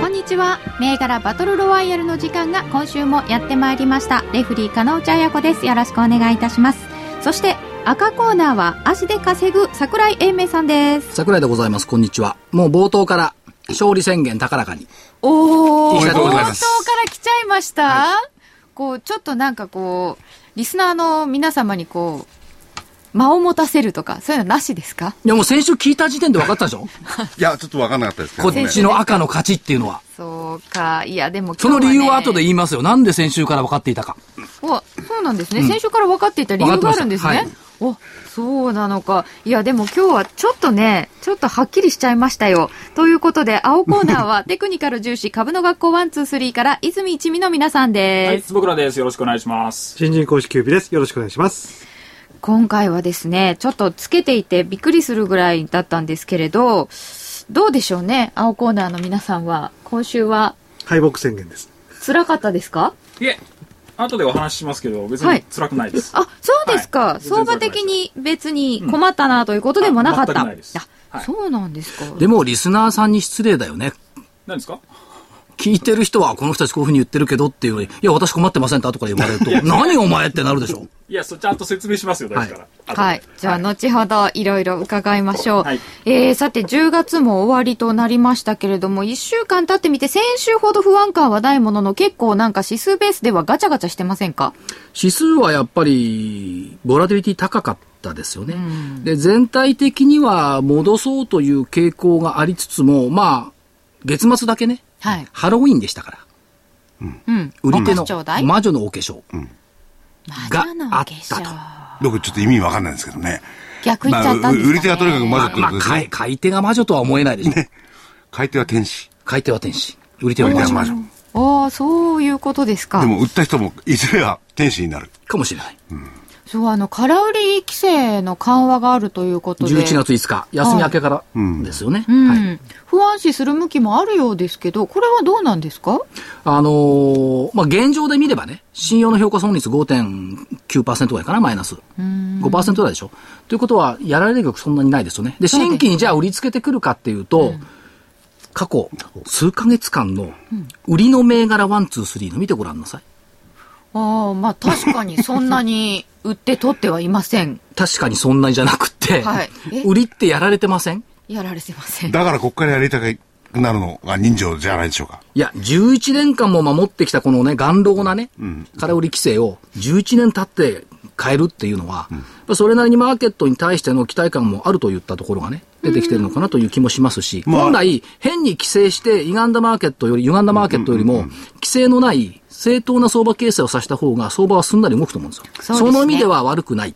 こんにちは銘柄バトルロワイヤルの時間が今週もやってまいりましたレフリー金内彩子ですよろしくお願いいたしますそして赤コーナーは足で稼ぐ桜井英明さんです桜井でございますこんにちはもう冒頭から勝利宣言高らかにおおおめ冒でとう頭ございからます来ちゃいました、こうちょっとなんかこうリスナーの皆様にこう間を持たせるとかそういうのなしですかいやもう先週聞いた時点で分か ったでしょいや、ちょっと分かんなかったですけこどっね。ちの赤の勝ちっていうのはそうかいやでもそ今の日ね理由は後で言いますよなんで先週から分かっていたかおそうなんですね、先週から分かっていた理由があるんですね、分かってまおそうなのかいやでも今日はちょっとねちょっとはっきりしちゃいましたよということで青コーナーはテクニカル重視株の学校123から泉一味の皆さんです、はい、坪倉です。よろしくお願いします。新人公式キュービです。よろしくお願いします。今回はですねちょっとつけていてびっくりするぐらいだったんですけれどどうでしょうね青コーナーの皆さんは今週は敗北宣言です。辛かったですかいえ、後でお話ししますけど、別はにい辛くないです。あ、そうですか。はい相場的に別に困ったなということでもなかった。うんあ全くないですあはいそうなんですか。でもリスナーさんに失礼だよね何ですか聞いてる人はこの人たちこういうふうに言ってるけどっていうよりいや私困ってませんって後から言われ ると何お前ってなるでしょいや、そちゃんと説明しますよ、大事から。後ではい。じゃあ、後ほどいろいろ伺いましょう。はいえー、さて、10月も終わりとなりましたけれども、1週間経ってみて、先週ほど不安感はないものの、結構なんか指数ベースではガチャガチャしてませんか指数はやっぱり、ボラティリティ高かったですよね。で、全体的には戻そうという傾向がありつつも、まあ、月末だけね、はい。ハロウィンでしたから、うん。売り手お菓の子ちょうだい魔女のお化粧。ががあったと僕ちょっと意味分かんないんですけどね。逆言っちゃったんですか、ねまあ売り手がとにかくままずあ、まあ、そうですね買い買い手が魔女とは思えないでしょ。買い手は天使。買い手は天使。売り手は売り手魔は女魔女。ああ、そういうことですか。でも売った人も、いずれは天使になる。かもしれない。そう、あの、空売り規制の緩和があるということで。 11月5日、休み明けからですよね。うんはい不安視する向きもあるようですけど、これはどうなんですかあのーまあ、現状で見ればね、信用の評価損率5.9%ぐらいかな、マイナス。5%ぐらいでしょ。ということは、やられる額そんなにないですよね。で、そうです新規にじゃあ売りつけてくるかっていうと、過去数ヶ月間の売りの銘柄1、2、3の見てごらんなさい。ああ、まあ確 かにそんなに売って取ってはいません。確かにそんなにじゃなくって、はいえ売りってやられてませんやられてません。だからこっからやりたくなるのが人情じゃないでしょうか。いや、11年間も守ってきたこのね、頑老なね、空売り規制を11年経って変えるっていうのは、やっぱそれなりにマーケットに対しての期待感もあるといったところがね、出てきてるのかなという気もしますし、まあ本来、変に規制して、歪んだマーケットより、歪んだマーケットよりも、規制のない正当な相場形成をさした方が、相場はすんなり動くと思うんですよ。そそうですねの意味では悪くない。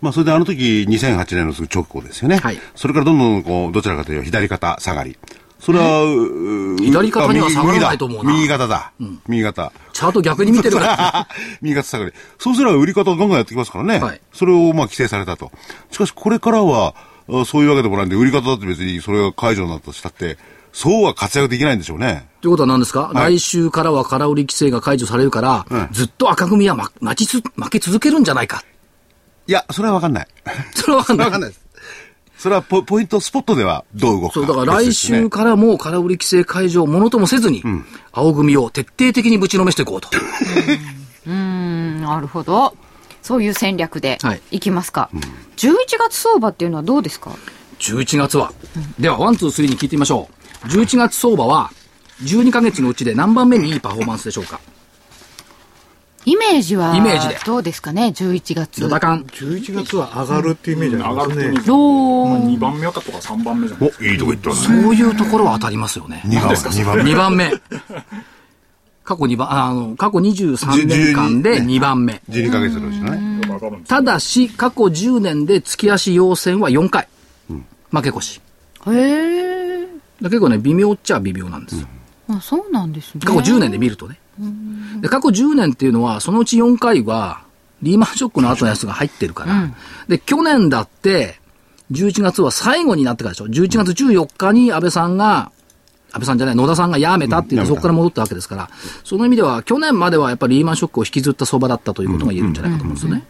まあそれであの時2008年のすぐ直後ですよね。はいそれからどんどんこう、どちらかというと左肩下がり。それは、う左肩にはあ右下がらないと思うな右肩だ。右肩。チャート逆に見てるから。 右肩下がり。そうすれば売り方をガンガンやってきますからね。はいそれをまあ規制されたと。しかしこれからは、あそういうわけでもないんで、売り方だって別にそれが解除になったとしたって、そうは活躍できないんでしょうね。ということは何ですか、はい来週からは空売り規制が解除されるから、うんずっと赤組は、ま、待ちつ負け続けるんじゃないか。 いや、それはわかんない。それはわかんない。です。それはポポイント、スポットではどう動くか、そう、だから来別ですね週からもう空売り規制解除をものともせずに、青組を徹底的にぶちのめしていこうと。うん、なるほど。そういう戦略ではいいきますか。11月相場っていうのはどうですか11月は。では、ワン、ツー、スリーに聞いてみましょう。11月相場は、12ヶ月のうちで何番目にいいパフォーマンスでしょうか。イメージはイメージでどうですかね、11月。ドタカン。 11月は上がるっていうイメージ上ありがまるすといねう。ロまあ、ーン2番目かとか3番目じゃないですか。お、いいとこ行ったそういうところは当たりますよね。 2番目、2番目。 2番目。過去2番、あの、過去23年間で2番目。 12ヶ月のうちのね。よくわかるんですただし、過去10年で月足陽線は4回。負け越し。へえ。だから結構ね、微妙っちゃ微妙なんですよ。うあそうなんですね。過去10年で見るとね。で過去10年っていうのは、そのうち4回は、リーマンショックの後のやつが入ってるから、で、去年だって、11月は最後になってからでしょ。11月14日に安倍さんが、安倍さんじゃない、野田さんが辞めたっていう、うん辞めたそこから戻ったわけですから、その意味では、去年まではやっぱりリーマンショックを引きずった相場だったということが言えるんじゃないかと思うんですよね。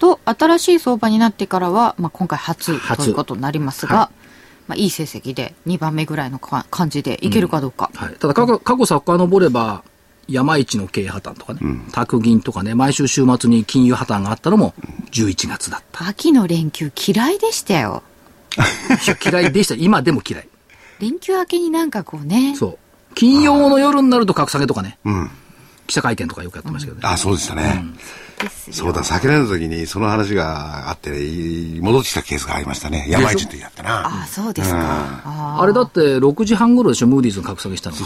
と、新しい相場になってからは、まあ、今回初初ということになりますが、はいまあ、いい成績で2番目ぐらいのか感じでいけるかどうか。はい、ただ過去、過去遡れば、山一の経営破綻とかね、宅銀とかね、毎週週末に金融破綻があったのも11月だった。秋の連休嫌いでしたよ。嫌いでした。今でも嫌い。連休明けになんかこうね。そう。金曜の夜になると格下げとかね、うん。記者会見とかよくやってましたけどね。あ、そうでしたね。ですよそうだ、避けられた時にその話があって、戻ってきたケースがありましたね。山一の時だったああ、な。そうですか。ああれだって6時半頃でしょ、ムーディーズの格下げしたのが。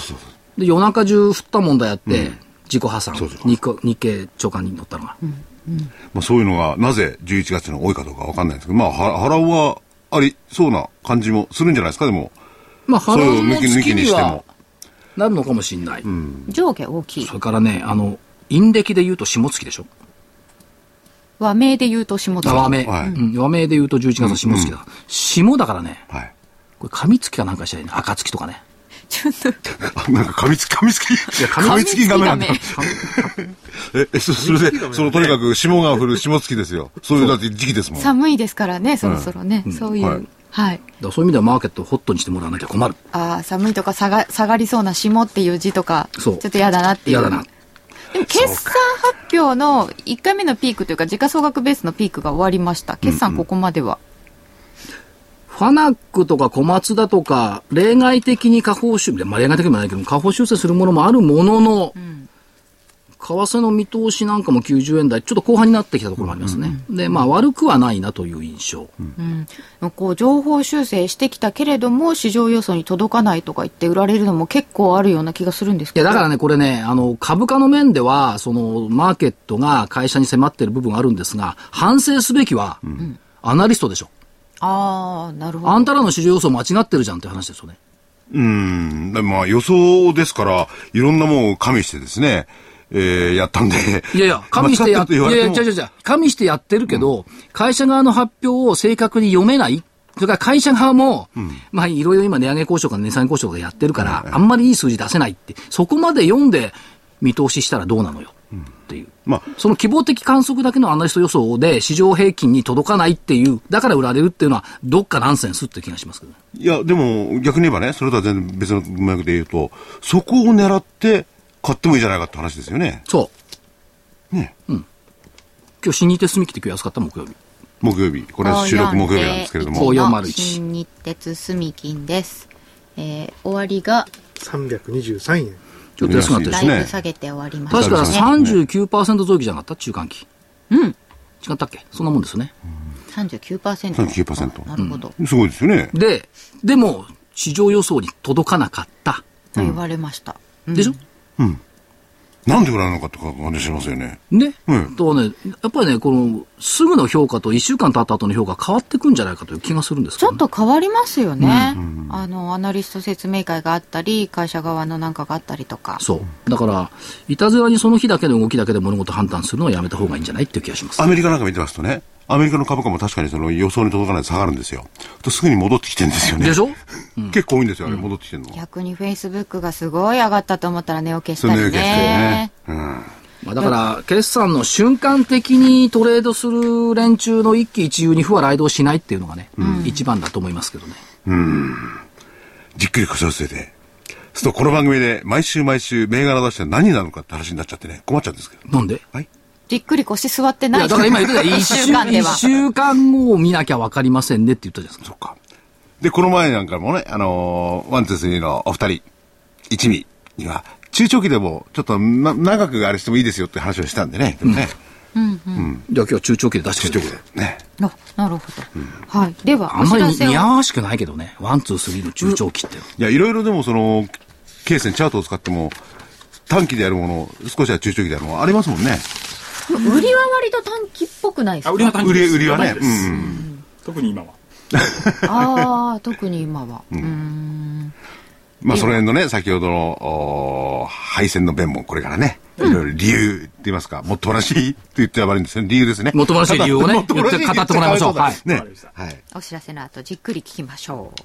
で、夜中中振った問題やって、自己破産そうそう日経、日経長官に乗ったのが。まあそういうのが、なぜ11月の多いかどうかわかんないですけど、まあ、は波乱はありそうな感じもするんじゃないですか、でも。まあ、波それを乱の抜き抜月きににしてはも。なるのかもしれない。ー上下大きいそ。れからね、あの、陰暦で言うと下月でしょ。和名で言うと下津。和名。はいうん和名で言うと11月は下月だ。下だからね、はい。 これ、上月かなんかしたらいいね。赤月とかね。ちょっと、あなんか噛みつき、 噛みつき、噛みつきダメなんだ。 え、えそそれで、そのとにかく霜が降る霜月ですよ。そういう、だって時期ですもん。寒いですからね、そろそろね。そういう。ははいだい。からそういう意味ではマーケットをホットにしてもらわなきゃ困る。ああ、寒いとか下が下がりそうな下っていう字とか、ちそょうっと嫌だなっていう。嫌だな。でも決算発表の1回目のピークというか、時価総額ベースのピークが終わりました。決算ここまでは。ファナックとか小松だとか、例外的に下方修正、まあ、例外的にもないけど、下方修正するものもあるものの、為替の見通しなんかも90円台、ちょっと後半になってきたところもありますね。で、まあ悪くはないなという印象。こう情報修正してきたけれども、市場予想に届かないとか言って売られるのも結構あるような気がするんですいけや、ど。だからね、これね、あの、株価の面では、その、マーケットが会社に迫ってる部分あるんですが、反省すべきは、アナリストでしょ。ああ、なるほど。あんたらの市場予想間違ってるじゃんっていう話ですよね。うん。でまあ予想ですから、いろんなもんを加味してですね、えー、やったんで。いやいや、加味して やって、間違っていると言わやいれや、て違うも違う違う、加味してやってるけど、会社側の発表を正確に読めない、それから会社側も、まあいろいろ今値上げ交渉か値下げ交渉かやってるから、あんまりいい数字出せないって、そこまで読んで見通ししたらどうなのよ、っていう。まあ、その希望的観測だけのアナリスト予想で市場平均に届かないっていう、だから売られるっていうのは、どっかナンセンスって気がしますけどね。いや、でも逆に言えばね、それとは全然別の文脈で言うと、そこを狙って買ってもいいじゃないかって話ですよね。そう。ねうん。今日、新日鉄住木って今日安かった木曜日。木曜日。これは収録木曜日なんですけれどもこ。うの541新日鉄住金です。えー、終わりが323円。ちょっと安くなってるしでだ安すねいぶ下げて終わりました確ね。かそうですね39%増益じゃなかった中間期。うん違ったっけそんなもんですよね。 39%。 39%なるほど。すごいですよね。で、でも、市場予想に届かなかった。と言われました。でしょ、なんで売られなかったか感じしますよね。ね、うんとね、やっぱりね、この、すぐの評価と1週間経った後の評価変わってくんじゃないかという気がするんですけちどょっね、と変わりますよね、あのアナリスト説明会があったり会社側のなんかがあったりとかそう。だから、いたずらにその日だけの動きだけで物事判断するのはやめた方がいいんじゃないっていう気がします。アメリカなんか見てますとね、アメリカの株価も確かにその予想に届かないで下がるんですよ。とすぐに戻ってきてるんですよね。でしょ結構多いんですよ、あれ戻ってきてるの。逆にフェイスブックがすごい上がったと思ったら値を消したりねそうね。うん。まあ、だから、決算の瞬間的にトレードする連中の一喜一憂に不は雷動しないっていうのがね、一番だと思いますけどね。じっくり腰を据えて。するとこの番組で毎週毎週銘柄出して何なのかって話になっちゃってね、困っちゃうんですけど。なんではい。じっくり腰座っていないや、だから今言ってた、一週間週、で一は週間後を見なきゃわかりませんねって言ったじゃないですか。そっか。で、この前なんかもね、あのー、ワン、ツー、スリーのお二人、一味には、中長期でも、ちょっと、ま、長くあれしてもいいですよって話をしたんでね。でもね、じゃあ今日は中長期で出して中く長れ期る。で。ね。あなるほど、はい、ではあおんま知りらにせを似合わしくないけどね。ワン、ツー、スリーの中長期って。いや、いろいろでもその、ケースにチャートを使っても、短期でやるもの、少しは中長期でやるもの、ありますもんね。売りは割と短期っぽくないですあか売りは単純売でり、す売りはね。ですうん。特に今はああ特に今はうんまあ、その辺のね、先ほどの、お敗戦の弁もこれからね、いろいろ理由って言いますか、もっともらしいって言っては悪いんですよね。理由ですね。もっともらしい理由をねもともらしい言って語ってもらいましょうはいねわかりました。はい。お知らせの後じっくり聞きましょう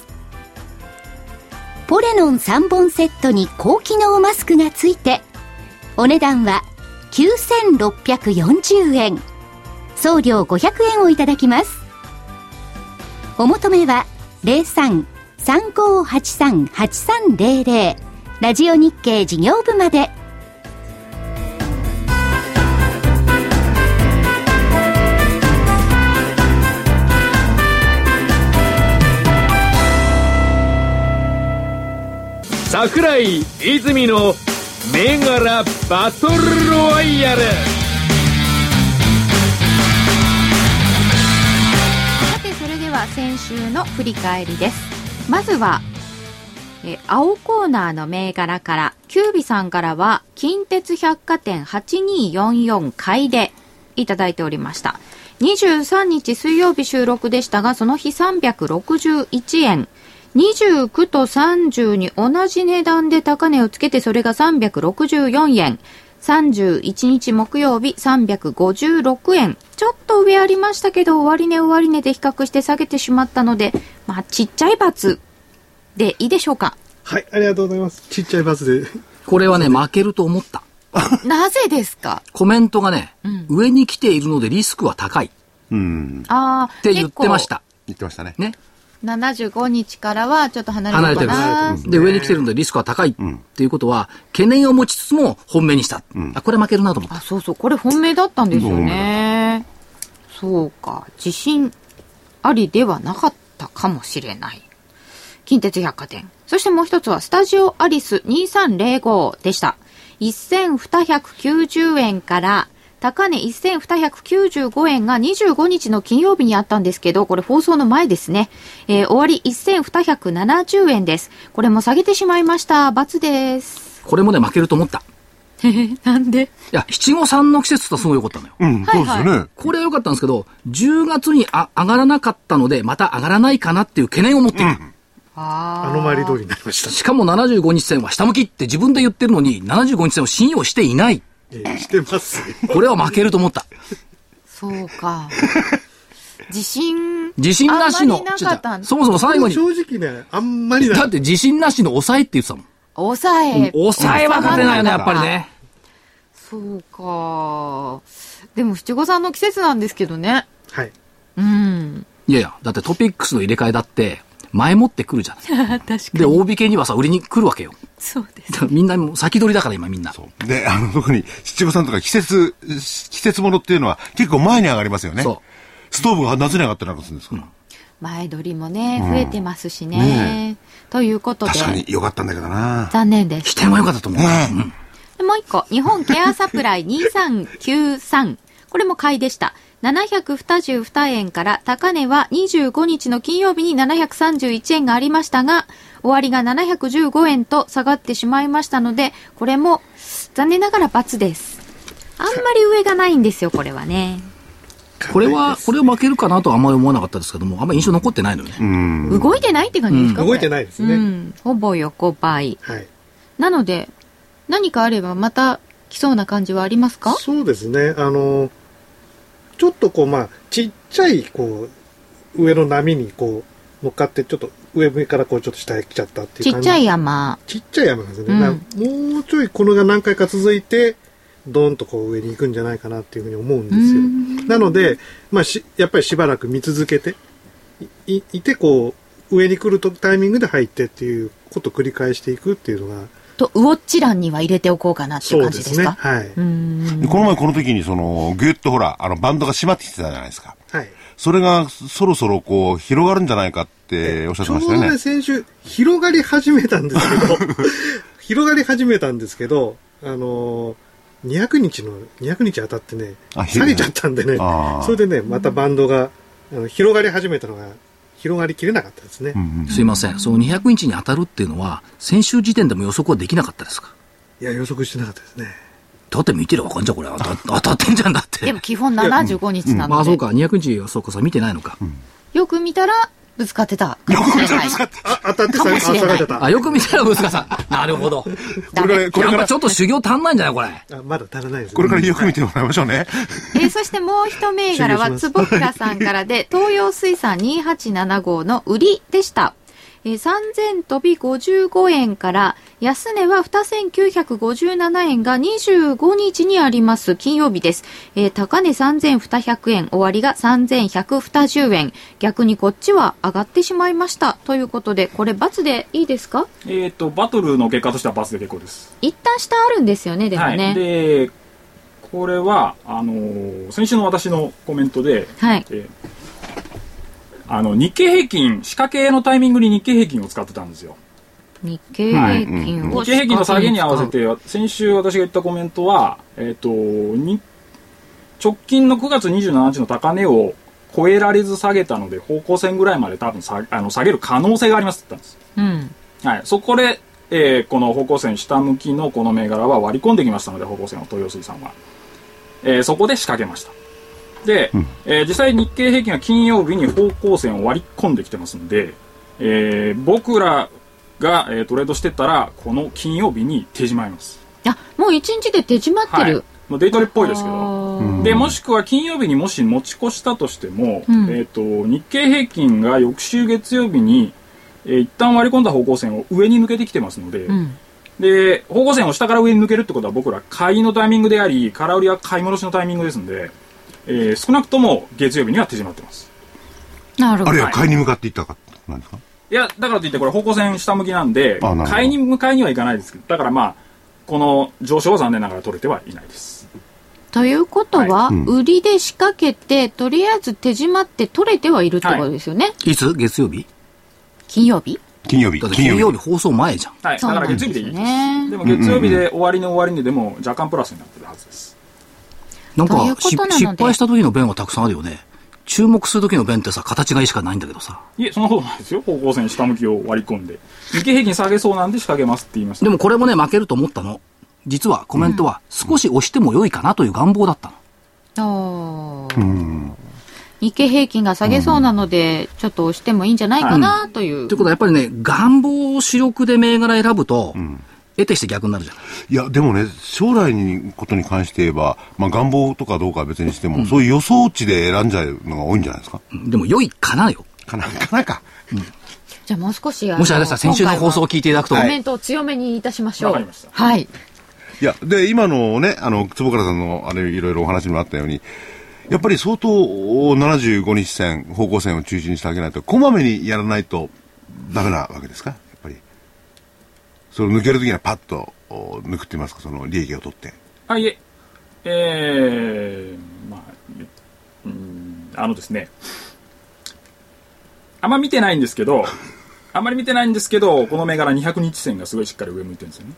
ポレノン3本セットに高機能マスクがついてお値段は9640円送料500円をいただきますお求めは03-3583-8300ラジオ日経事業部まで桜井泉の銘柄バトルロワイヤルさてそれでは先週の振り返りですまずはえー青コーナーの銘柄からキュービさんからは近鉄百貨店8244買いでいただいておりました23日水曜日収録でしたがその日361円29と30に同じ値段で高値をつけてそれが364円31日木曜日356円ちょっと上ありましたけど終値終値で比較して下げてしまったのでまあちっちゃい罰でいいでしょうかはい、ありがとうございます。ちっちゃいバスで。これはね、負けると思った。なぜですかコメントがね、ん上に来ているのでリスクは高いっうん。ああ。て言ってました。言ってましたね。ね。結構。75日からはちょっと離れ離れるてかるな。で、上に来てるのでリスクは高いっていうことは、懸念を持ちつつも本命にした。あ、これは負けるなと思った。あ、そうそう。これ本命だったんですよね。そうか。自信ありではなかったかもしれない。近鉄百貨店。そしてもう一つは、スタジオアリス2305でした。1290円から、高値1295円が25日の金曜日にあったんですけど、これ放送の前ですね。えー、終わり1270円です。これも下げてしまいました。×です。これもね、負けると思った。 なんでいや、七五三の季節とすごい良かったのよ。うん、そうですよね。これは良かったんですけど、10月にあ上がらなかったので、また上がらないかなっていう懸念を持っている。ああの回り通りになりました。しかも75日線は下向きって自分で言ってるのに、75日線を信用していない。えーしてますよ。これは負けると思った。そうか。 自信。自信なしの。あんまりなかったんだそもそも最後に、正直ね、あんまりなだいっ。て自信なしの抑えって言ってたもん。抑え。抑えは勝てないよね、やっぱりね。そうか。でも七五三の季節なんですけどね。はい。うん。いやいや、だってトピックスの入れ替えだって、前もって来るじゃ ない。で、大引けにはさ、売りに来るわけよ。 そうです。だからみんなもう先取りだから今みんな。そで、あの、特に、七五三とか季節、季節ものっていうのは結構前に上がりますよね。そストーブが夏に上がってなんかするんですから。前取りもね、増えてますしね。ねということで確、かに良かったんだけどな。残念です否。定も良かったと思う。ねうんでもう一個、日本ケアサプライ2393。これも買いでした。722円から高値は25日の金曜日に731円がありましたが、終わりが715円と下がってしまいましたので、これも残念ながら×です。あんまり上がないんですよ、これはね。これは、これを負けるかなとはあんまり思わなかったですけども、あんまり印象残ってないのよね。動いてないって感じですか、動いてないですうね。ん。ほぼ横ばい。はい。なので、何かあればまたきそうな感じはありますかそうですね。あの、ちょっとこう、まあ、ちっちゃい、こう、上の波にこう、乗っかって、ちょっと上目からこう、ちょっと下へ来ちゃったっていちうっ感ちじ。ゃい山。ちっちゃい山なんですよね。うんだからもうちょいこのが何回か続いて、ドーンとこう上に行くんじゃないかなっていうふうに思うんですよ。なので、まあし、やっぱりしばらく見続けて、いいいてこう、上に来るとタイミングで入ってっていうことを繰り返していくっていうのが、と、ウォッチ欄には入れておこうかなっていうそう感でじですすね。かはい。うーん。この前この時にその、ぎゅっとほら、あの、バンドが締まってきてたじゃないですか。はい。それがそろそろこう、広がるんじゃないかっておっしゃっちてょうましたどよね、ね。先週、広がり始めたんですけど、 広がり始めたんですけど、あのー、200日の、200日当たってね、あ下げちゃったんでねあ、ーそれでね、またバンドが、あの広がり始めたのが、広がりきれなかったですね。うんうんすいません。その200日に当たるっていうのは、先週時点でも予測はできなかったですかいや、予測してなかったですね。だって見てればわかんじゃん、これ。当 た当たってんじゃんだっでても。基本75日まなのあ、そうで、か。200日は、そうか、さ、見てないのか。よく見たらぶつかってたかもしれない。あ、当たってか下もげし下れながいっちゃった。あ、よく見たら、息子さ ん。なるほど。これから、これやっかぱらち、ょっと修行足んないんじゃないこれ。あまだ足らないですね。これからよく見てもらいましょうね。えーそしてもう一銘柄は、終坪倉さんからで、東洋水産2875の売りでした。えー3000飛び55円から、安値は2957円が25日にあります。金曜日です。えー高値3200円、終わりが3120円。逆にこっちは上がってしまいました。ということで、これ×でいいですかえっ、と、バトルの結果としてはバスで結構です。一旦下あるんですよね、でもはい。ね。で、これは、あのー先週の私のコメントで、はい。えーあの、日経平均、仕掛けのタイミングに日経平均を使ってたんですよ。日経平均を、日経平均の下げに合わせ。て、先週私が言ったコメントは、えっ、と、に直近の9月27日の高値を超えられず下げたので、方向線ぐらいまで多分下げあの下げる可能性がありますって言ったんです。うん。はい、そこで、えーこの方向線下向きのこの銘柄は割り込んできましたので、方向線を東洋水産は。えーそこで仕掛けました。で、えー実際日経平均は金曜日に方向線を割り込んできてますんで、えー僕らが、えートレードしてたら、この金曜日に手締まいます。あ、もう一日で手締まってはいる。。もうデイトレっぽいですけど。どでもしくは金曜日にもし持ち越したとしても、うんえー、と日経平均が翌週月曜日に、えー一旦割り込んだ方向線を上に抜けてきてますので,、うん。で方向線を下から上に抜けるってことは僕ら買いのタイミングであり空売りは買い戻しのタイミングですので、えー少なくとも月曜日には手締まってますなるあほるいど。は買いに向かっていったか、なんですかいやだからといってこれ方向線下向きなんであなるほど買いに向かいにはいかないですけどだからまあこの上昇は残念ながら取れてはいないですということは、いうん売りで仕掛けて、とりあえず手締まって取れてはいるってことですよね。いつ月曜日金曜日金曜日、だって金金曜曜日日。放送前じゃん。はい、だそうかならんで月す曜よ日でいいです。ねでも月曜日で終わりの終わりにでも若干プラスになってるはずです。なんというかこしとなので失敗した時の弁はたくさんあるよね。注目する時の弁ってさ、形がいいしかないんだけどさ。いえ、そんなことないですよ。方向線下向きを割り込んで。日経平均下げそうなんで仕掛けますって言いました。でもこれもね、負けると思ったの。実はコメントは、少し押しても良いかなという願望だったの。あー日経平均が下げそうなので、ちょっと押してもいいんじゃないかなという。ということはやっぱりね、願望を主力で銘柄選ぶと、ん得てして逆になるじゃない。いや、でもね、将来にことに関して言えば、まあ、願望とかどうかは別にしても、そういう予想値で選んじゃうのが多いんじゃないですか。うんでも良いかなよ。かな、 かなか。じゃあもう少し、あのもしあれでしたら先週の放送を聞いていただくと、今回はコメントを強めにいたしましょう。わかりましたはい。いや、で、今のね、あの、坪倉さんの、あれ、いろいろお話にもあったように、やっぱり相当、お75日線、方向線を中心にしてあげないと、こまめにやらないと、ダメなわけですかやっぱり。それを抜けるときにはパッと、お抜くって言いますか、その、利益を取って。あ、いえ。えー、まあ、うーん、あのですね。あんま見てないんですけど、あんまり見てないんですけど、この銘柄200日線がすごいしっかり上向いてるんですよね。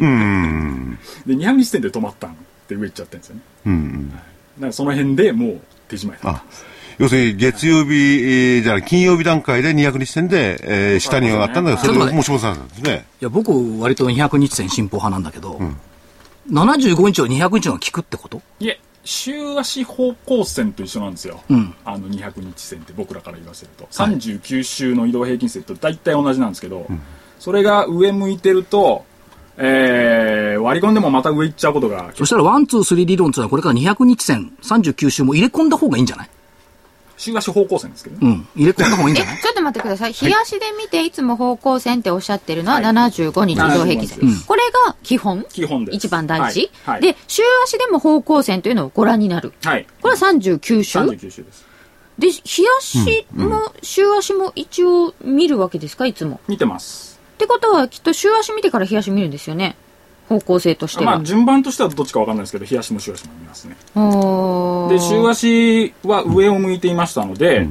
うーん。で、200日線で止まったんで上行っちゃってるんですよね。うんうん。だからその辺でもう手締まいだあ、要するに月曜日、えーじゃあ金曜日段階で200日線で、えー下に上がったんだけど、それちょっをと待ってもう下さんですね。いや、僕、割と200日線進歩派なんだけど、75日を200日のが効くってこといえ、週足方向線と一緒なんですよ。うん。あの200日線って僕らから言わせると、39週の移動平均線と大体同じなんですけど、それが上向いてると、ええー、割り込んでもまた上行っちゃうことが、そしたら、ワン、ツー、スリー理論というのは、これから200日線、39週も入れ込んだ方がいいんじゃない週足方向線ですけどね。うん。入れ込んだ方がいいんじゃないえ、ちょっと待ってください。日足で見て、いつも方向線っておっしゃってるのは75日移動平均線。はいうんこれが基本基本です一番大事、はいはいで、週足でも方向線というのをご覧になる。はい。これは39週39週です。で、日足も週足も一応見るわけですか、いつも。見てます。ってことは、きっと週足見てから日足見るんですよね。方向性としてまは。あ、順番としてはどっちかわかんないですけど、日足も週足も見ますね。おーで、週足は上を向いていましたので、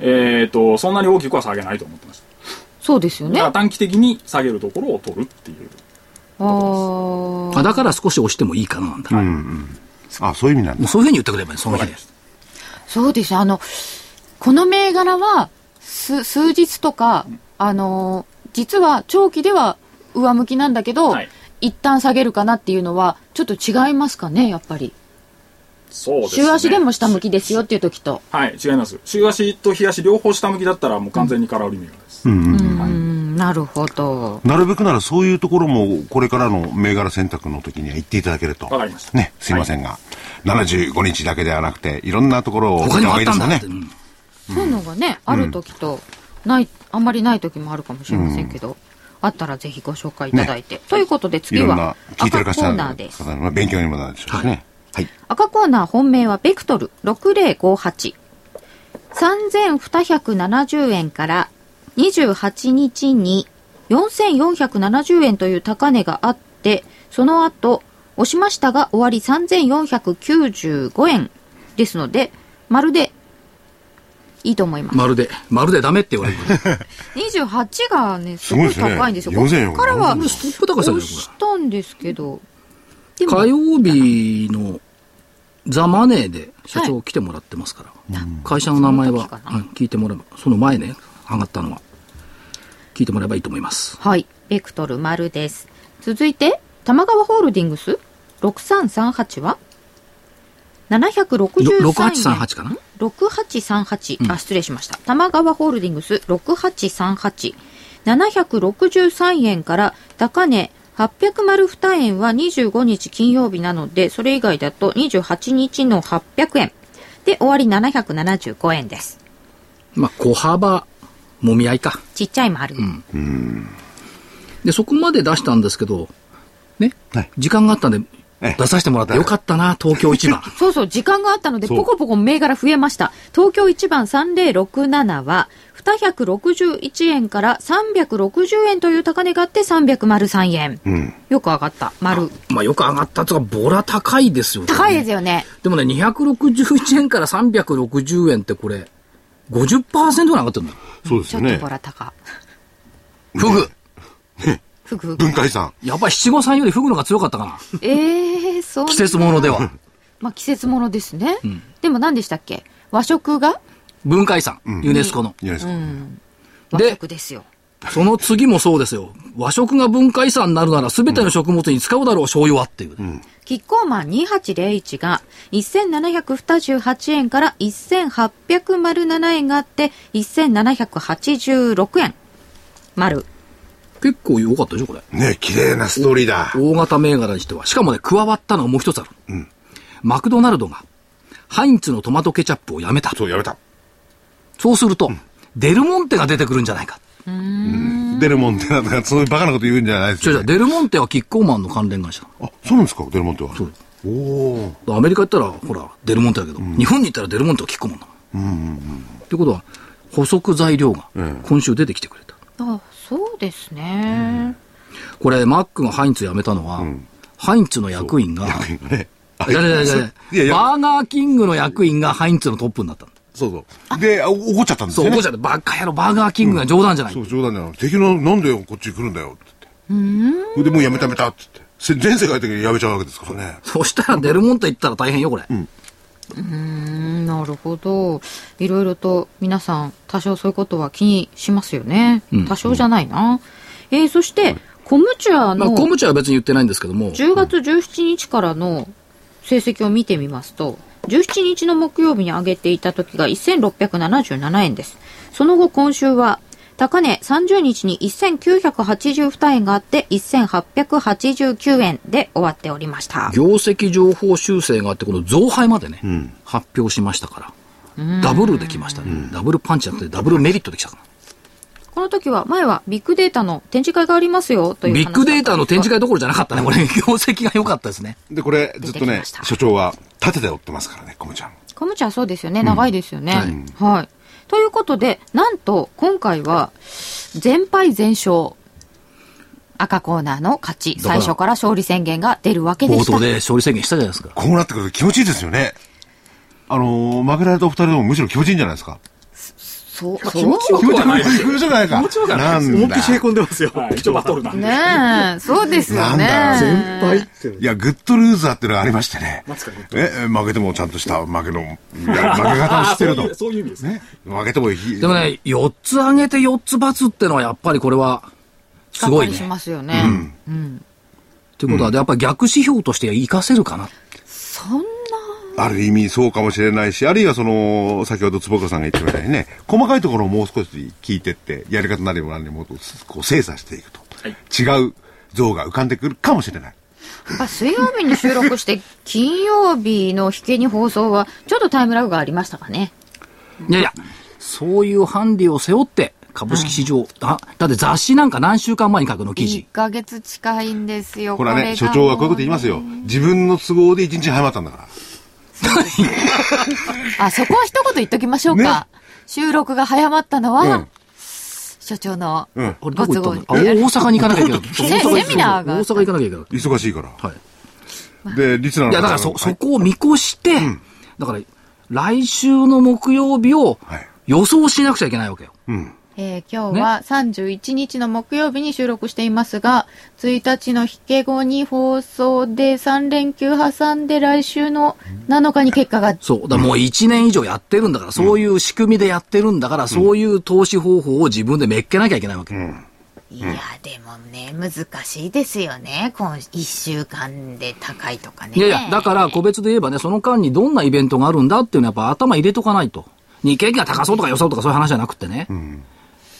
えっ、と、そんなに大きくは下げないと思ってました。そうですよだね。から短期的に下げるところを取るっていう。おーあだから少し押してもいいかな、なんだ。うんもうん。あ、そういう意味なんうだ。そういうふうに言ってくればいい、そのわか日でりま。した。そうです。あの、この銘柄は、す数日とか、あのー、実は長期では上向きなんだけど、はい一旦下げるかなっていうのは、ちょっと違いますかね、やっぱり。そうです、ね。週足でも下向きですよっていう時と。はい、違います。週足と日足両方下向きだったらもう完全に空売り銘柄です。うんうんうーん、なるほど。なるべくならそういうところもこれからの銘柄選択の時には言っていただけると。わかりましたね、すいませんが、75日だけではなくて、いろんなところを他にもあったんだねって。。うんそういうのがね、ある時と、ない、あんまりない時もあるかもしれませんけど、あったらぜひご紹介いただいて。ということでい次ろんはな、聞いて赤るコ方ーナーです。の勉強にもなるでしょうしね。はい。赤コーナー本命はベクトル6058。3270円から28日に4470円という高値があって、その後、押しましたが終わり3495円ですので、まるで、いいと思います。まるで、まるでダメって言われる。 28がね、すすごごいでいすね高いんですよ。 4400ここからは、これストップ高さじゃ押ないしこたんですけど、でれ。も火曜日のザ・マネーで社は長来てもらってますから。会社の名前は、その時かうん聞いてもらえば、その前ね、上がったのは、聞いてもらえばいいと思います。はい、ベクトル丸です。続いて、玉川ホールディングス6338は763円。 6838かな6838、あ、失礼しました。玉川ホールディングス6838。763円から高値802円は25日金曜日なので、それ以外だと28日の800円。で、終わり775円です。まあ、小幅、もみ合いか。ちっちゃい丸。で、そこまで出したんですけど、ね、はい時間があったんで、ええ出させてもらってよかったな、東京市場。そうそう、時間があったので、そうポコポコ銘柄増えました。東京一番3067は、261円から360円という高値があって303円。うん。よく上がった。丸。まあ、よく上がったとか、ボラ高いですよ、高いですよね。でもね、261円から360円ってこれ、50%ぐらい上がってるんだよ。そうですちょよっとねボ。ラ高。フグ。ふぐふぐ文。化遺産。やっぱり七五三よりフグの方が強かったかな。えー、そうなんだ季節ものでは。まあ季節ものですね。でも何でしたっけ和食が文化遺産、ユネスコの。いいですか。和で食ですよ。その次もそうですよ。和食が文化遺産になるなら全ての食物に使うだろう、醤油はっていう。キッコーマン2801が1728円から1807円があって1786円丸結構良かったでしょ、これ。ね、綺麗なストーリーだ。大型銘柄にしては。しかもね、加わったのがもう一つある。マクドナルドが、ハインツのトマトケチャップをやめた。そう、やめた。そうすると、デルモンテが出てくるんじゃないか。デルモンテなんか、そういうバカなこと言うんじゃないですじゃじゃよね。デルモンテはキッコーマンの関連会社。あ、そうなんですか、デルモンテは。そうおおー。アメリカ行ったら、ほら、デルモンテだけど、日本に行ったらデルモンテはキッコーマンだ。ってことは、補足材料がうん今週出てきてくれた。あそうですね、これ、マックがハインツ辞めたのは、ハインツの役員が、ね。あいやいやいやいいややいやバーガーキングの役員がハインツのトップになったのそうそう。で、あ怒っちゃったんですそよ、う、ね。怒っちゃって、バカ野郎、バーガーキングが冗談じゃない。そう、冗談じゃない。敵の、なんでこっち来るんだよ、って言って。で、もうやめたやめた、って言って。せ全世界的にやめちゃうわけですからね。そしたら、デルモンテ行ったら大変よ、これ。うん、なるほどいろいろと皆さん多少そういうことは気にしますよね、多少じゃないな、えーそして、コムチュアまあ、のコムチは別に言ってないんですけども、 10月17日からの成績を見てみますと、17日の木曜日に上げていた時が1677円です。その後今週は高値30日に1982円があって1889円で終わっておりました。業績情報修正があって、この増配までね、発表しましたから、ダブルできましたね、ダブルパンチじゃなくて、ダブルメリットできたから。この時は前はビッグデータの展示会がありますよという話ビだッったんグですデがータの展示会どころじゃなかったね、これ、業績が良かったですね。で、これ、ず出っとてきねまし、た所長は縦で追ってますからね、コムちゃん。カムチャそうですよね。長いですよね。はい、ということで、なんと、今回は、全敗全勝。赤コーナーの勝ち。だか最ら初から勝利宣言が出るわけで冒した頭。で勝利宣言したじゃないですか。こうなってくると気持ちいいですよね。あのー、負けられたお二人でもむしろ気持ちいいんじゃないですか。そう、気持ちよそくはないです気よ持ちよくないか。気持ちよくはないなです思いんっきだり。冷え込んでますよ。はい、一応バトルなんう。で。ねえ、そうですよね。なんだ全敗っていうのいや、グッドルーザーっていうのがありましてね。なんですかねえ、え負けてもちゃんとした負けの、いや負け方を知ってるあーと。 そういうそういう意味ですねね。負けてもいい。でもね、4つ上げて4つ罰ってのは、やっぱりこれは、すごいね。しっかりしっますよね。うん。ていうことは、やっぱり逆指標として活かせるかな。そんな、ある意味そうかもしれないし、あるいはその、先ほど坪倉さんが言ってみたようにね、細かいところをもう少し聞いてって、やり方なりも何にもこう精査していくと、違う像が浮かんでくるかもしれない。やっぱ水曜日に収録して、金曜日の引けに放送は、ちょっとタイムラグがありましたかね。いやいや、そういうハンディを背負って、株式市場、あ、だって雑誌なんか何週間前に書くの、記1事。ヶ月近いんですよ。これはね、が所長はこういうこと言いますよ。自分の都合で一日早まったんだから。あ、そこは一言言っときましょうか。収録が早まったのは、うん所長のうんあごれ、どこ行都った合んだにあ、大阪に行かなきゃいけ ない。セセミナーが大阪行かなきゃいけない。忙しいから。はい。で、リスナーのいや、だからそ、そこを見越して、だから、来週の木曜日をはい予想しなくちゃいけないわけよ。えー今日は31日の木曜日に収録していますが、1日の引け後に放送で3連休挟んで来週の7日に結果が、そう。だからもう1年以上やってるんだから、そういう仕組みでやってるんだから、そういう投資方法を自分でめっけなきゃいけないわけ。いや、でもね、難しいですよね。今、一週間で高いとかね。いやいや、だから個別で言えばね、その間にどんなイベントがあるんだっていうのはやっぱ頭入れとかないと。日経平均が高そうとか予想とかそういう話じゃなくてね。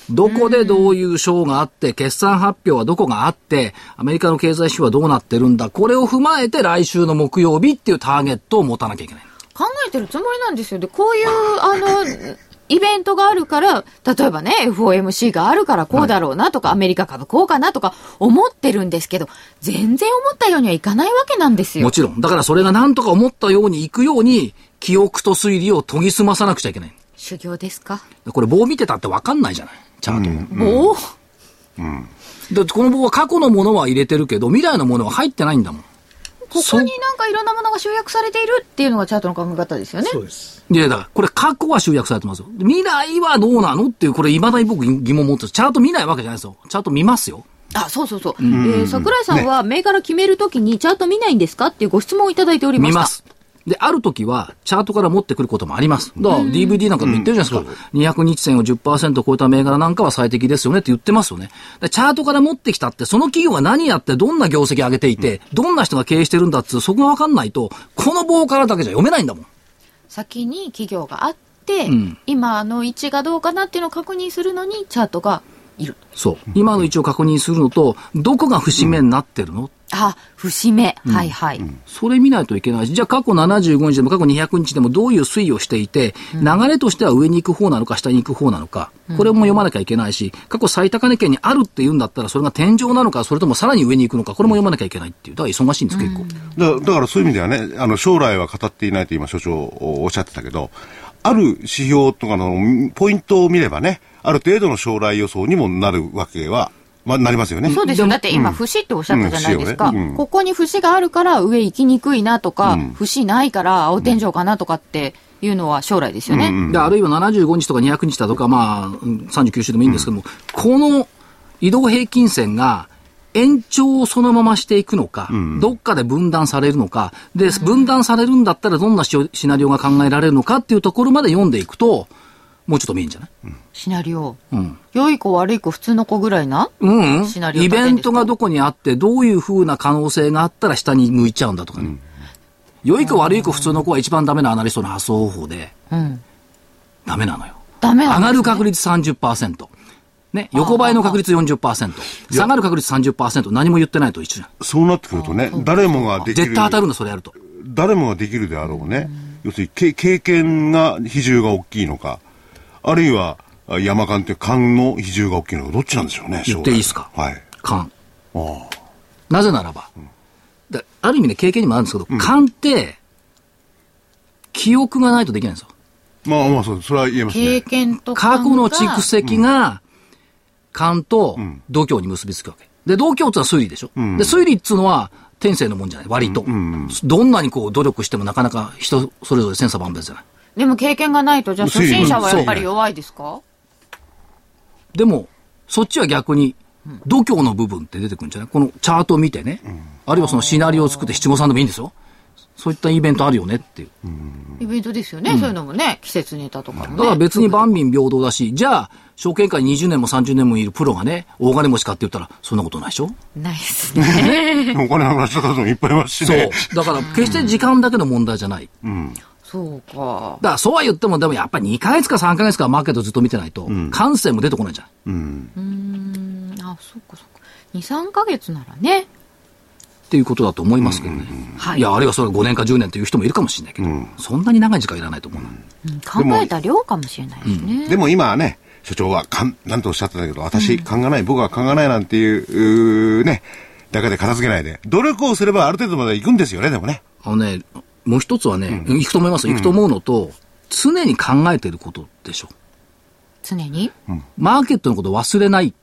どこでどういう賞があって、決算発表はどこがあって、アメリカの経済指標はどうなってるんだ、これを踏まえて来週の木曜日っていうターゲットを持たなきゃいけない。考えてるつもりなんですよ。で、こういう、あの、イベントがあるから、例えばね、FOMC があるからこうだろうなとか、アメリカ株こうかなとか思ってるんですけど、全然思ったようにはいかないわけなんですよも。ちろん。だからそれが何とか思ったようにいくように、記憶と推理を研ぎ澄まさなくちゃいけない。修行ですか、これ棒見てたって分かんないじゃないチャートも。おおだってこの棒は過去のものは入れてるけど、未来のものは入ってないんだもん。こそこうになんかいろんなものが集約されているっていうのがチャートの考え方ですよね。そうです。いや、だから、これ過去は集約されてますよ。未来はどうなのっていう、これ未だに僕疑問持ってるチャート見ないわけじゃないですよ。チャート見ますよ。あ、そうそうそう。えー桜井さんは銘柄決めるときにチャート見ないんですかっていうご質問をいただいておりまし見た。ます。で、ある時は、チャートから持ってくることもあります。だから、DVD なんかでも言ってるじゃないですか。200日線を10%超えた銘柄なんかは最適ですよねって言ってますよね。でチャートから持ってきたって、その企業が何やって、どんな業績上げていて、どんな人が経営してるんだっつう、そこがわかんないと、この棒からだけじゃ読めないんだもん。先に企業があって、ん今の位置がどうかなっていうのを確認するのにチャートがいる。そう。今の位置を確認するのと、どこが節目になってるのあ、節目。はいはい。それ見ないといけないし、じゃあ過去75日でも過去200日でもどういう推移をしていて、流れとしては上に行く方なのか下に行く方なのか、これも読まなきゃいけないし、過去最高値圏にあるって言うんだったら、それが天井なのか、それともさらに上に行くのか、これも読まなきゃいけないっていう。だから忙しいんです、結構。だだからそういう意味ではね、あの将来は語っていないと今所長おっしゃってたけど、ある指標とかのポイントを見ればね、ある程度の将来予想にもなるわけは、まあ、なりますよね。そうですよ。だって今、節っておっしゃったじゃないですか。うん節をねうんここに節があるから上行きにくいなとか、節ないから青天井かなとかっていうのは将来ですよね。であるいは75日とか200日だとか、まあ、うん39週でもいいんですけども、この移動平均線が延長をそのまましていくのか、どっかで分断されるのか、で、分断されるんだったらどんなシオシナリオが考えられるのかっていうところまで読んでいくと、もうちょっと見えんじゃないシナリオ。うん。良い子悪い子普通の子ぐらいなうん、シナリオイ立てんですかベントがどこにあって、どういう風な可能性があったら下に向いちゃうんだとかね。良い子悪い子普通の子は一番ダメなアナリストの発想方法で、うん。ダメなのよ。ダメ上なんでがする確率30%。ね、横ばいの確率40%、下がる確率30%、何も言ってないと一緒じゃん。そうなってくるとね、誰もができる。絶対当たるんだ、それやると。誰もができるであろうね、要するにけ経験が比重が大きいのか、あるいはあ山間という勘の比重が大きいのか、どっちなんでしょうね、言っていいですか将来はい。勘。ああなぜならば、だある意味ね、経験にもあるんですけど、勘って、記憶がないとできないんですよ。まあまあそう、それは言えます経ね。験と過勘が去の蓄積が、勘と度胸に結びつくわけ。で、度胸ってのは推理でしょ。で、推理っていうのは、天性のもんじゃない、割と。どんなにこう努力してもなかなか人それぞれ千差万別じゃない。でも経験がないと、じゃあ推初理心者はやっぱり弱いですかでも、そっちは逆に、度胸の部分って出てくるんじゃないこのチャートを見てね。あるいはそのシナリオを作って七五三でもいいんですよ。そういったイベントあるよねっていう。イベントですよね、そういうのもね、季節ネタとかもね。だから別に万民平等だし、じゃあ、証券会に20年も30年もいるプロがね、大金持ちかって言ったら、そんなことないでしょないですね。お金なくなっちゃった人もいっぱいいますしそね。う。だから、決して時間だけの問題じゃない。だそうかか。ら、そうは言っても、でもやっぱり2ヶ月か3ヶ月かマーケットずっと見てないと、感性も出てこないじゃん。うんあ、そうかそうか。2、3ヶ月ならね。っていうことだと思いますけどね。はいいや、あるいはそれは5年か10年という人もいるかもしれないけど、そんなに長い時間いらないと思うな。うん考えた量かもしれないですね。でも今はね、所長は勘、なんとおっしゃってたけど、私、勘がない、僕は勘がないなんていう、うーね、だけで片付けないで、努力をすればある程度まで行くんですよね、でもね。あのね、もう一つはね、行くと思います。行くと思うのと、常に考えてることでしょ。常に。マーケットのこと忘れない。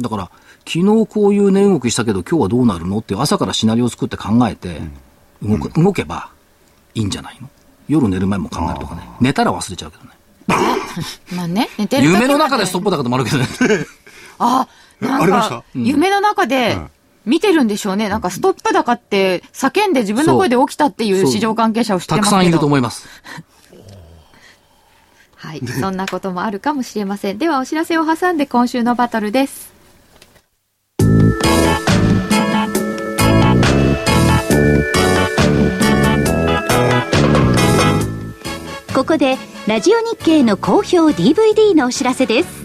だから、昨日こういう値動きしたけど、今日はどうなるのって朝からシナリオを作って考えて、動く動けばいいんじゃないの夜寝る前も考えるとかね。寝たら忘れちゃうけどね。まあね、寝てる時夢のま中でストップ高ともあるけどね。あ、なあんりましたか、夢の中で、見てるんでしょうね。なんか、ストップ高って、叫んで自分の声で起きたっていうそう市場関係者を知ってまたくすけど。さんいると思います。はい、そんなこともあるかもしれません。ではお知らせを挟んで今週のバトルです。ここでラジオ日経の好評 DVD のお知らせです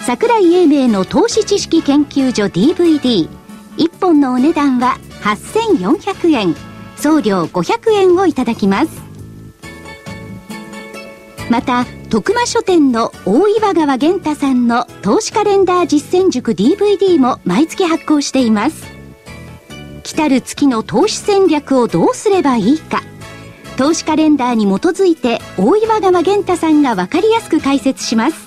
桜井英明の投資知識研究所 DVD1 本のお値段は8400円送料500円をいただきますまた徳間書店の大岩川源太さんの投資カレンダー実践塾 DVD も毎月発行しています来たる月の投資戦略をどうすればいいか投資カレンダーに基づいて大岩川源太さんが分かりやすく解説します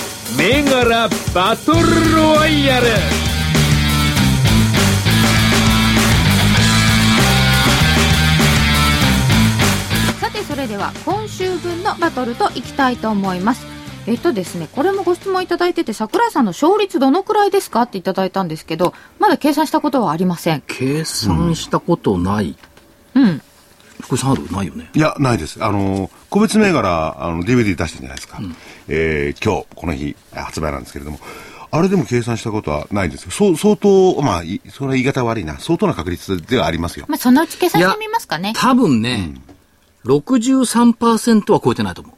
銘柄バトルロワイヤルさてそれでは今週分のバトルといきたいと思いますえっとですねこれもご質問いただいてて桜井さんの勝率どのくらいですかっていただいたんですけどまだ計算したことはありません 計算したことない。うん福井さんあるないよね。いや、ないです。あの、個別銘柄、あの、DVD 出してるじゃないですか。えー今日、この日、発売なんですけれども、あれでも計算したことはないですよ。そう、相当、まあ、いそれは言い方悪いな。相当な確率ではありますよ。まあ、そのうち計算してみますかね。多分ね、63%は超えてないと思う。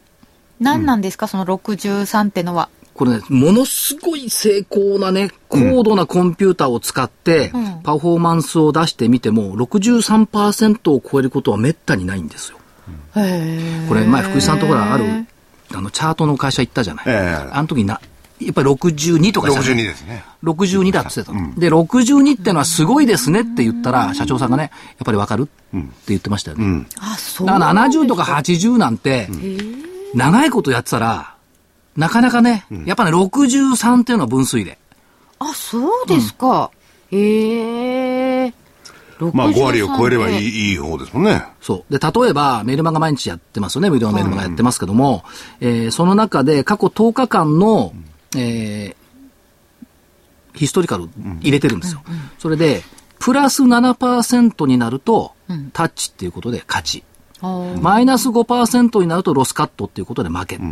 何なんですか、その63ってのは。これね、ものすごい精巧なね、高度なコンピューターを使って、パフォーマンスを出してみても、63%を超えることは滅多にないんですよ。へえ。これ、前、福井さんのところある、あの、チャートの会社行ったじゃない。ええあの時な、やっぱり62とかでした62ねですね。 62だって言ってたの、うんで、62ってのはすごいですねって言ったら、社長さんがね、やっぱりわかるって言ってましたようね。ん。あ、そう。だから70とか80なんて、長いことやってたら、なかなかね、やっぱね、63っていうのは分水で。あ、そうですか。ええまあ5割を超えればいいい。いい方ですもんね。そう。で、例えば、メルマガ毎日やってますよね。無料メルマガやってますけども、えーその中で過去10日間の、えーヒストリカル入れてるんですよ。それで、プラス7%になると、タッチっていうことで勝ち。あマイナス5%になるとロスカットっていうことで負け。って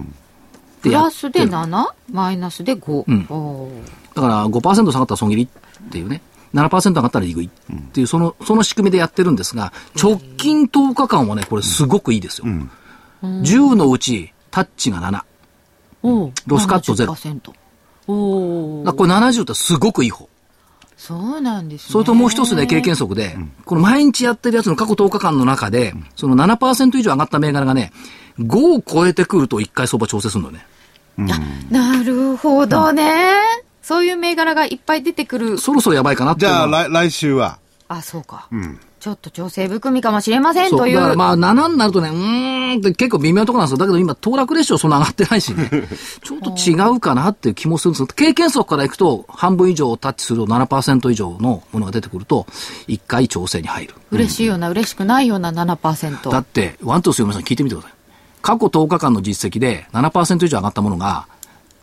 プやラってスるで 7? マイナスで5。うんおーだから5%下がったら損切りっていうね。7%上がったら利食いっていう、その、その仕組みでやってるんですが、直近10日間はね、これすごくいいですよ。10のうち、タッチが7。だかおーロスカットゼロ70%おらお。これ70ってすごくいい方。そうなんですね。それともう一つで経験則で、この毎日やってるやつの過去10日間の中で、その7%以上上がった銘柄がね、5を超えてくると1回相場調整するのね。なるほどね。そういう銘柄がいっぱい出てくる。そろそろやばいかなってじいうのゃあは来来週は、あ、そうか。ちょっと調整含みかもしれませんそとう。いう。だからまあ7になるとね、うーんって結構微妙なところなんですよ。だけど今、騰落レシオそんな上がってないしね。ちょっと違うかなっていう気もするんですけど経験則からいくと、半分以上タッチすると7%以上のものが出てくると、一回調整に入る。嬉しいような、嬉しくないような7%。だって、ワントス読みさん聞いてみてください。過去10日間の実績で7%以上上がったものが、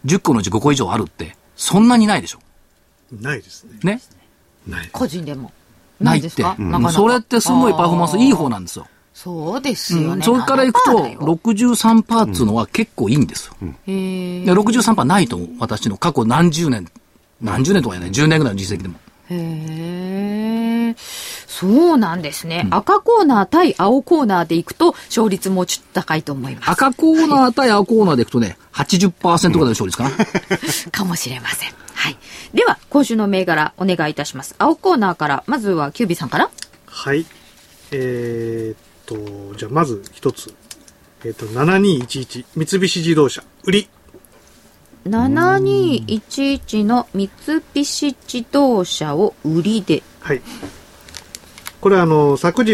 10個のうち5個以上あるって、そんなにないでしょ。ないですね。ね。ない。個人でも。ないんっですて。かうんなかなかそれってすごいパフォーマンスいい方あーなんですよ。そうですよね。うんそれからいくと7%だよ、 63%パーっつうのは結構いいんですよ。へーで63%パーないと、私の過去何十年、何十年とかやない、10年ぐらいの実績でも。へえ、そうなんですね。赤コーナー対青コーナーでいくと、勝率もちょっと高いと思いま赤コーナー対青コーナーでいくとね、80%ぐらいの勝率かな。す。かもしれません。はい。では、今週の銘柄、お願いいたします。青コーナーから、まずは、キュービーさんから。はい。えーっと、じゃあまず一つ。えーっと、7211、三菱自動車、売り。 7211の三菱自動車を売りで。はい。これはあの、昨日、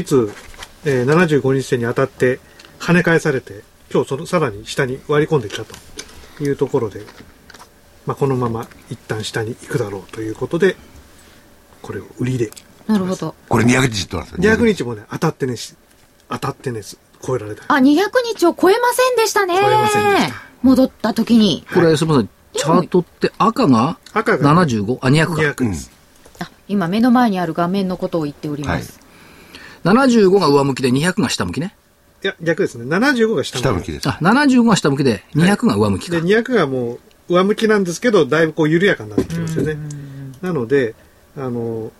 えー75日線に当たって、跳ね返されて、今日そのさらに下に割り込んできたというところで、まあ、このまま一旦下に行くだろうということで、これを売りで。なるほど。これ200日ってなんですよ。 200日もね、当たってねし、当たってね、超えられた。あ、200日を超えませんでしたね。超えませんでした戻った時に。これ、すみません。チャートって赤が赤が 75? あ、200か。 200です。あ、今目の前にある画面のことを言っております。 75が上向きで200が下向きね。いや、逆ですね。75が下下向向きき。です。あ、75が下向きで200が上向きか。で、200がもう上向きなんですけど、だいぶこう緩やかになってきますよね。なので、あの、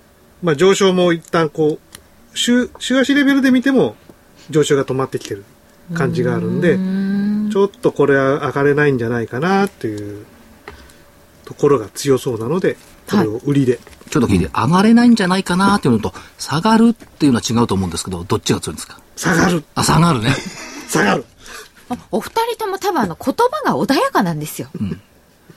まあ、上昇も一旦こう、週、週足レベルで見ても上昇が止まってきてる感じがあるんで、ちょっとこれは上がれないんじゃないかなっていうところが強そうなので、これを売りで。ちょっと聞いて、上がれないんじゃないかなっていうのと、下がるっていうのは違うと思うんですけど、どっちが強いんですか下がるあ、下がるね。下がるお二人とも多分あの言葉が穏やかなんですよ。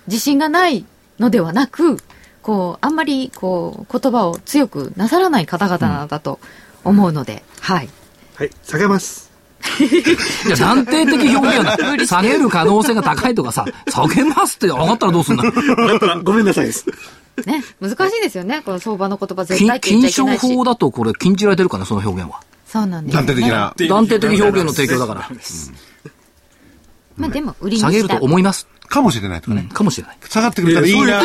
自信がないのではなく、こう、あんまりこう、言葉を強くなさらない方々なんだと思うので、はい。はい、下げます。 いや、断定的表現は、下げる可能性が高いとかさ、下げますって上がったらどうすんだだったらごめんなさいです。ね、難しいですよね、この相場の言葉絶禁対って言っち禁ゃいけ書ないし法。だとこれ禁じられてるかな、その表現は。そうなんです、ね。断定的な。断定的表現の提供だから。まあでも、売りに下げしるた。と思います。かもしれないとかね。かもしれない。下がってくれたらいいな。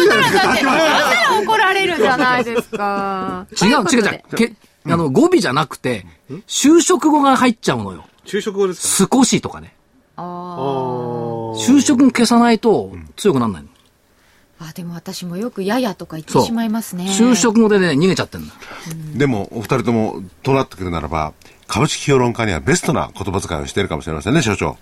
怒られるじゃないですか。違う、違う、違う。けあの、語尾じゃなくて、就職語が入っちゃうのよ。昼食後ですか少しとかね。ああ就職も消さないと強くならないの。あ。あ、でも私もよくややとか言ってそうしまいますね。就職語でね、逃げちゃって んだ。でも、お二人とも、となってくるならば、株式評論家にはベストな言葉遣いをしているかもしれませんね、所長。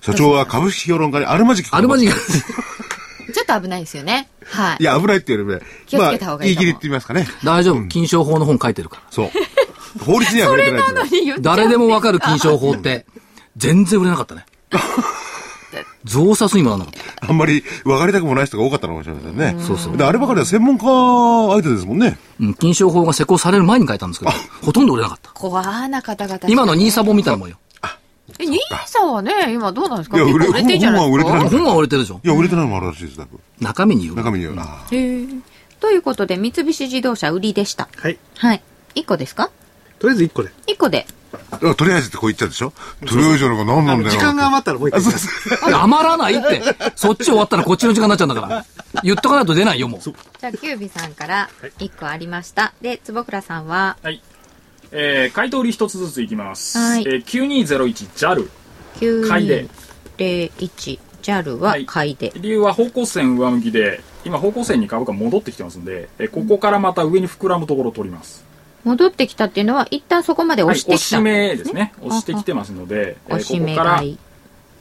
所長は株式評論家にあるまじき言葉あるまじが。ちょっと危ないですよね。はいい。や、危ないっていうより気も、をつまあけた方、がいい言いと思う切りって言いますかね。 大丈夫。禁書法の本書いてるから。そう。法律には触れてない ですよ。誰でもわかる禁書法って、全然売れなかったね。増刷にもならなかった。あんまり分かりたくもない人が多かったのかもしれませんね。そうそうであればかりは専門家相手ですもんね。うん、金賞法が施行される前に書いたんですけど、ほとんど売れなかった。怖な方々。今のニーサボみたいなもんよ。え、兄さんはね、今どうなんですかいや結構売れ売れてんじゃないです本はか売れて本は売れてるでしょいや、売れてないのもあるらしいです、だいぶ中身による。中身には。あへえということで、三菱自動車売りでした。はい。はい。1個ですかとりあえず1個で。 ?1 個で。あとりあえずってこう言っちゃうでしょとりあえずなんか何なんだよ。時間が余ったらもう1個。あそうそう余らないって。そっち終わったらこっちの時間になっちゃうんだから。言っとかないと出ないよ、もう。じゃあ、キュービさんから1個ありました。で、坪倉さんは、はい。えー、回答売り一つずついきます。はいえー、9201 JAL。買いで9201、JAL は買いで。理由は方向線上向きで、今方向線に株価戻ってきてますんで、えーここからまた上に膨らむところを取ります。戻ってきたっていうのは、一旦そこまでは押いし、て押きた。し目ですね。ん押してきてますので、えー押し目ここから買い。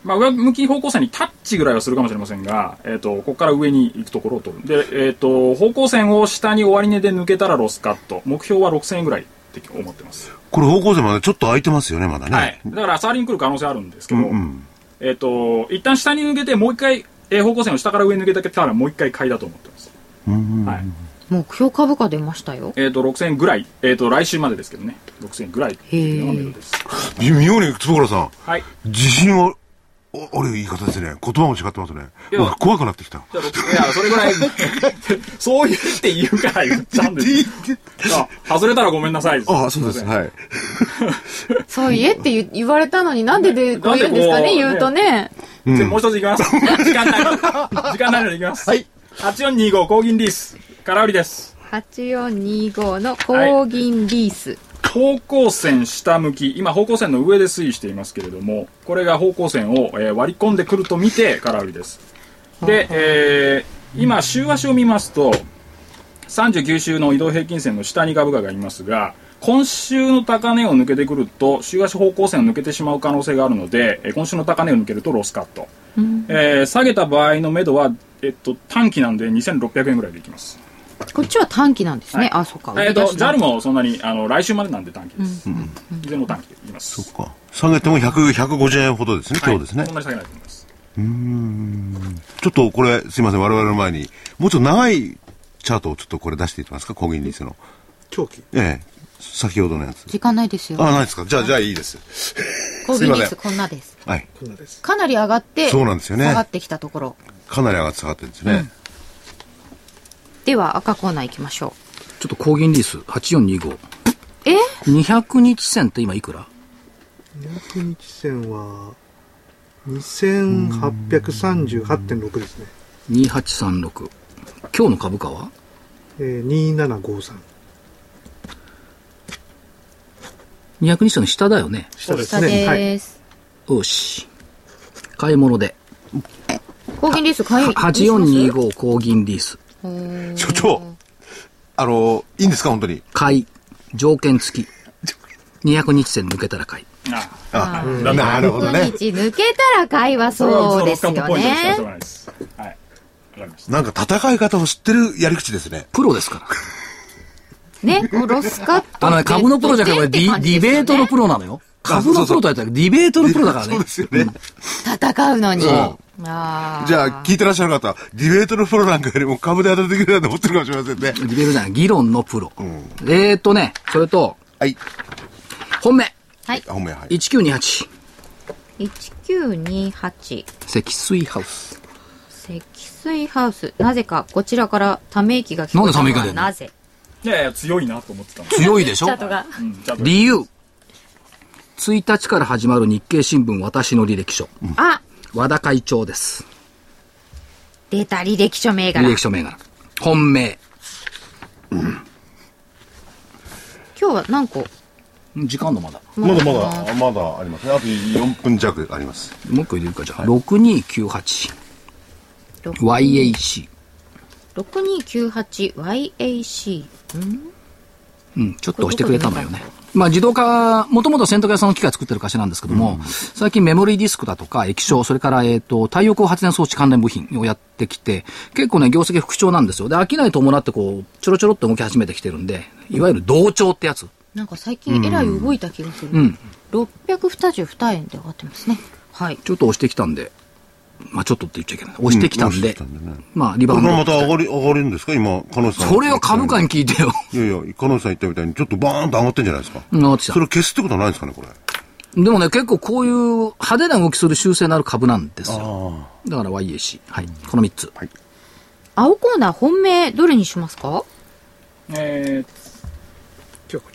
まあ、上向き方向線にタッチぐらいはするかもしれませんが、えっとここから上に行くところを取るで、えっと方向線を下に終値で抜けたらロスカット目標は6000円ぐらいって思ってます、これ方向性までちょっと空いてますよね、まだね。はい、だからサーリン来る可能性あるんですけうど、んうん。えっと一旦下に抜けてもう一回、えー方向線を下から上に抜けたらもう一回買いだと思ってます、うんはい目標株価出ましたよ。えっと6000円ぐらい、えっと来週までですけどね6000円ぐらいっていうのが目処です妙に、坪倉さん、はい自信は、おある言い方ですね。言葉も違ってますね。いやなんか怖くなってきた。じゃあ6000いやそれぐらい そう言って言うから言っちゃうんですあ外れたらごめんなさいああ、そうです。はい。そう言えって言言われたのになんででこう言うんですかね、な言んうでことうね。じゃあもう一ついき ます。時間ない。時間ないのでいきます。はい。8425高銀リース。空売りです。 8425の高銀リース。方向線下向き。今方向線の上で推移していますけれども、これが方向線を、えー割り込んでくると見て空売りです。で、えー今週足を見ますと、39週の移動平均線の下に株価がいますが、今週の高値を抜けてくると、週足方向線を抜けてしまう可能性があるので、えー今週の高値を抜けるとロスカット。えー下げた場合の目処は、えっと、短期なんで2600円ぐらいでいきます。こっちは短期なんですね。はいあ、そっか。えっと、売り出しなん JAL だもそんなに、あの、来週までなんで短期です。いずれも短期でいきます。そっか。下げても100、150円ほどですね、はい今日ですねそん。なに下げないと思います。ちょっとこれ、すいません、我々の前に、もうちょっと長いチャートをちょっとこれ出していきますか、高銀率の。長期。ええ、先ほどのやつ。時間ないですよ。あ、ないですか。じゃあ、じゃあいいです。高すい銀まリせんースこんなです。はい。こんなです。かなり上がって、そうなんですよね下がってきたところ。かなり上がって下がってるんですね。では赤コーナー行きましょちょっと高銀リース8425。う。え200日線って今いくら200日線は、2838.6ですね。 ?2836。今日の株価はえー、2753。 200日線の下だよね。下です下ね。はい。です。よし。買い物で。高銀リース買い。 8425高銀リース。所長、あの、いいんですか、本当に。買い。条件付き。200日線抜けたら買い。ああ、ダメなるほどね1。日抜けたら買いはそうですよロスカットポイントですからしょうね。がないです。はい。わかりました。なんか戦い方を知ってるやり口ですね。プロですから。ね、ロスカット。あのね、株のプロじゃなくて、ディディベートのプロなのよ。株のプロとやったら、ディベートのプロだからね。そうですよね。戦うのに。んあーじゃあ、聞いてらっしゃる方、ディベートのプロなんかよりも株で当たってくれなんて思ってるかもしれませんね。ディベートじゃない、議論のプロ。えーとね、それと、はい。本命、あ、本命、はい。 1928、 1928積水ハウス。積水ハウスなぜかこちらからため息が聞こえたのなんではため息が出るのなぜいやいや、強いなと思ってたんで。強いでしょチャートがうん、ちゃんと。理由。1日から始まる日経新聞私の履歴書。あ和田会長です。出た履歴書銘柄履今歴書銘柄。本命。日は何個時間のまだ。まだまだ、まだありますね。あと4分弱あります。もう一個入れるか、じゃあ。6298、YAC。 6298YAC うん、ちょっと押してくれたのよね。まあ自動化、もともと洗濯屋さんの機械作ってる会社なんですけども、最近メモリーディスクだとか液晶、それから、えっ、と、太陽光発電装置関連部品をやってきて、結構ね、業績復調なんですよ。で、商い伴ってこう、ちょろちょろっと動き始めてきてるんで、いわゆる同調ってやつ。なんか最近えらい動いた気がする、うん。 622円で上がってますねはいちょっと押してきたんで、まあちょっとって言っちゃいけない。押してきたんで、う押してきたんでねまあリバこウれンド。がまた上がり、上がるんですか今、彼女さん。それを株価に。聞いてよ。いやいや、彼女さん言ったみたいに、ちょっとバーンと上がってんじゃないですか。 上がってきたそれを消すってことはないんですかね、これ。でもね、結構こういう派手な動きする修正のある株なんですよ。あだから YAC。はい。この3つ。はい。青コーナー本命どれにしますかえ今日こ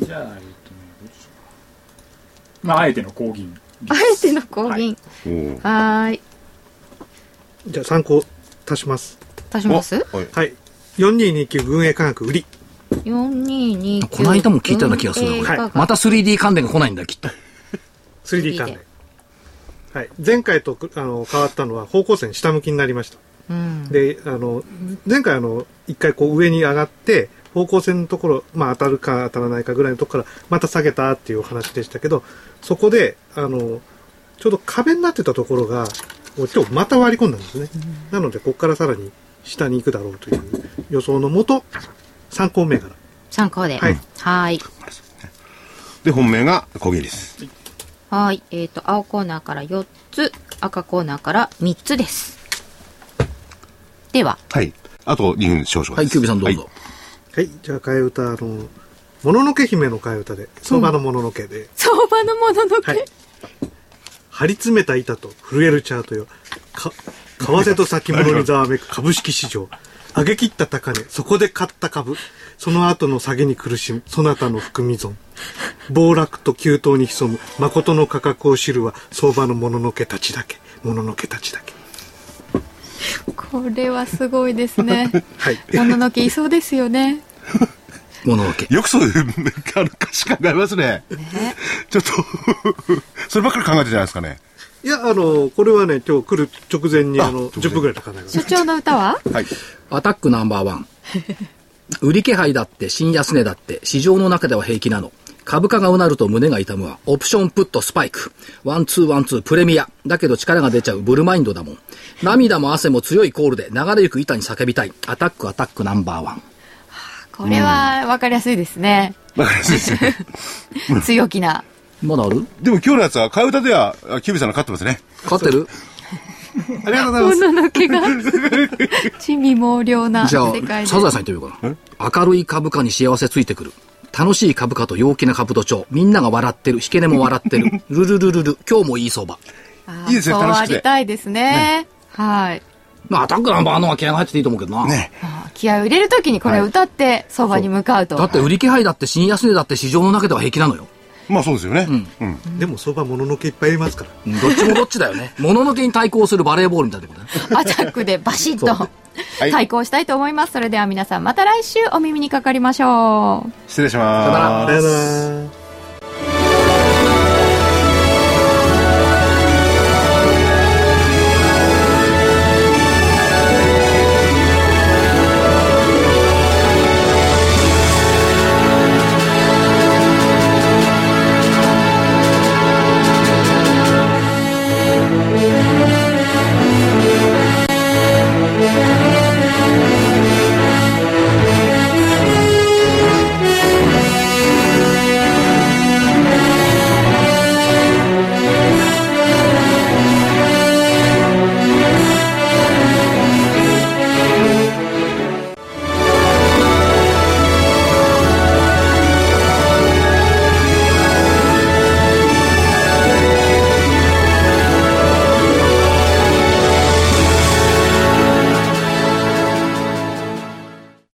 れー、じゃあ、えっとね、どうしようかなまあ、あえての抗議。あえての公銀。おーはーい。じゃあ参考足します。足しますおはい。はい。4229軍営科学売り。 ?4229。この間も聞いたような気がするな、こはいれ。また 3D 関連が来ないんだよ、きっと。 3D 関連。はい。前回とくあの変わったのは方向線下向きになりました。うん。で、あの、前回あの、一回こう上に上がって、方向線のところ、まあ当たるか当たらないかぐらいのところから、また下げたっていうお話でしたけど、そこで、あの、ちょうど壁になってたところが、もう今日また割り込んだんですね。なので、ここからさらに下に行くだろうという予想のもと、参考銘柄。参考で。ははいい。はーい。で、本命が小切です。はーい。えっ、と、青コーナーから4つ、赤コーナーから3つです。では、はい。あと2分少々はです。い、キュービーさんどうぞ。はいはい。じゃあ、替え歌、あの、もののけ姫の替え歌で、相場のもののけで、相場のもののけ、はい。張り詰めた板と震えるチャートよ。か、為替と先物にざわめく株式市場。上げ切った高値、そこで買った株。その後の下げに苦しむ、そなたの含み損。暴落と急騰に潜む、誠の価格を知るは、相場のもののけたちだけ。もののけたちだけ。これはすごいです ねはい。もののけいそうですよねもののけ。よくそういうあの歌詞考えますね。ちょっと、そればっかり考えてるじゃないですかね。いや、あの、これはね、今日来る直前に、あの、直前10分ぐらい高値が。所長の歌ははい。アタックナンバーワン。 売り気配だって、新安値だって、市場の中では平気なの。株価がうなると胸が痛むわ。オプションプットスパイク。ワンツーワンツープレミア。だけど力が出ちゃうブルマインドだもん。涙も汗も強いコールで流れゆく板に叫びたい。アタックアタックナンバーワン。これは分かりやすいですね、わかりやすいです ね。強気なまだあるでも今日のやつは、替え歌では、あキュービーさんが勝ってますね。勝ってるありがとうございます。もののけが地味猛量な じゃ世界あ、でサザエさん言ってみようかな。明るい株価に幸せついてくる。楽しい株価と陽気な株と帳。みんなが笑ってる。引け根も笑ってる。ルルルルル。今日もいい相場。あいいですねそう楽しあくてりたいですねはいまあ、アタックナンバーのは気合が入ってていいと思うけどな。ね。あ気合を入れるときにこれを歌って相場に向かうと、だって売り気配だって新安値だって市場の中では平気なのよ。まあそうですよね。うん。でも相場もののけいっぱいいますから。どっちもどっちだよね。 もののけに対抗するバレーボールみたいなことね。アタックでバシッとい対抗したいと思います、それでは皆さんまた来週お耳にかかりましょう失礼します。さよなら。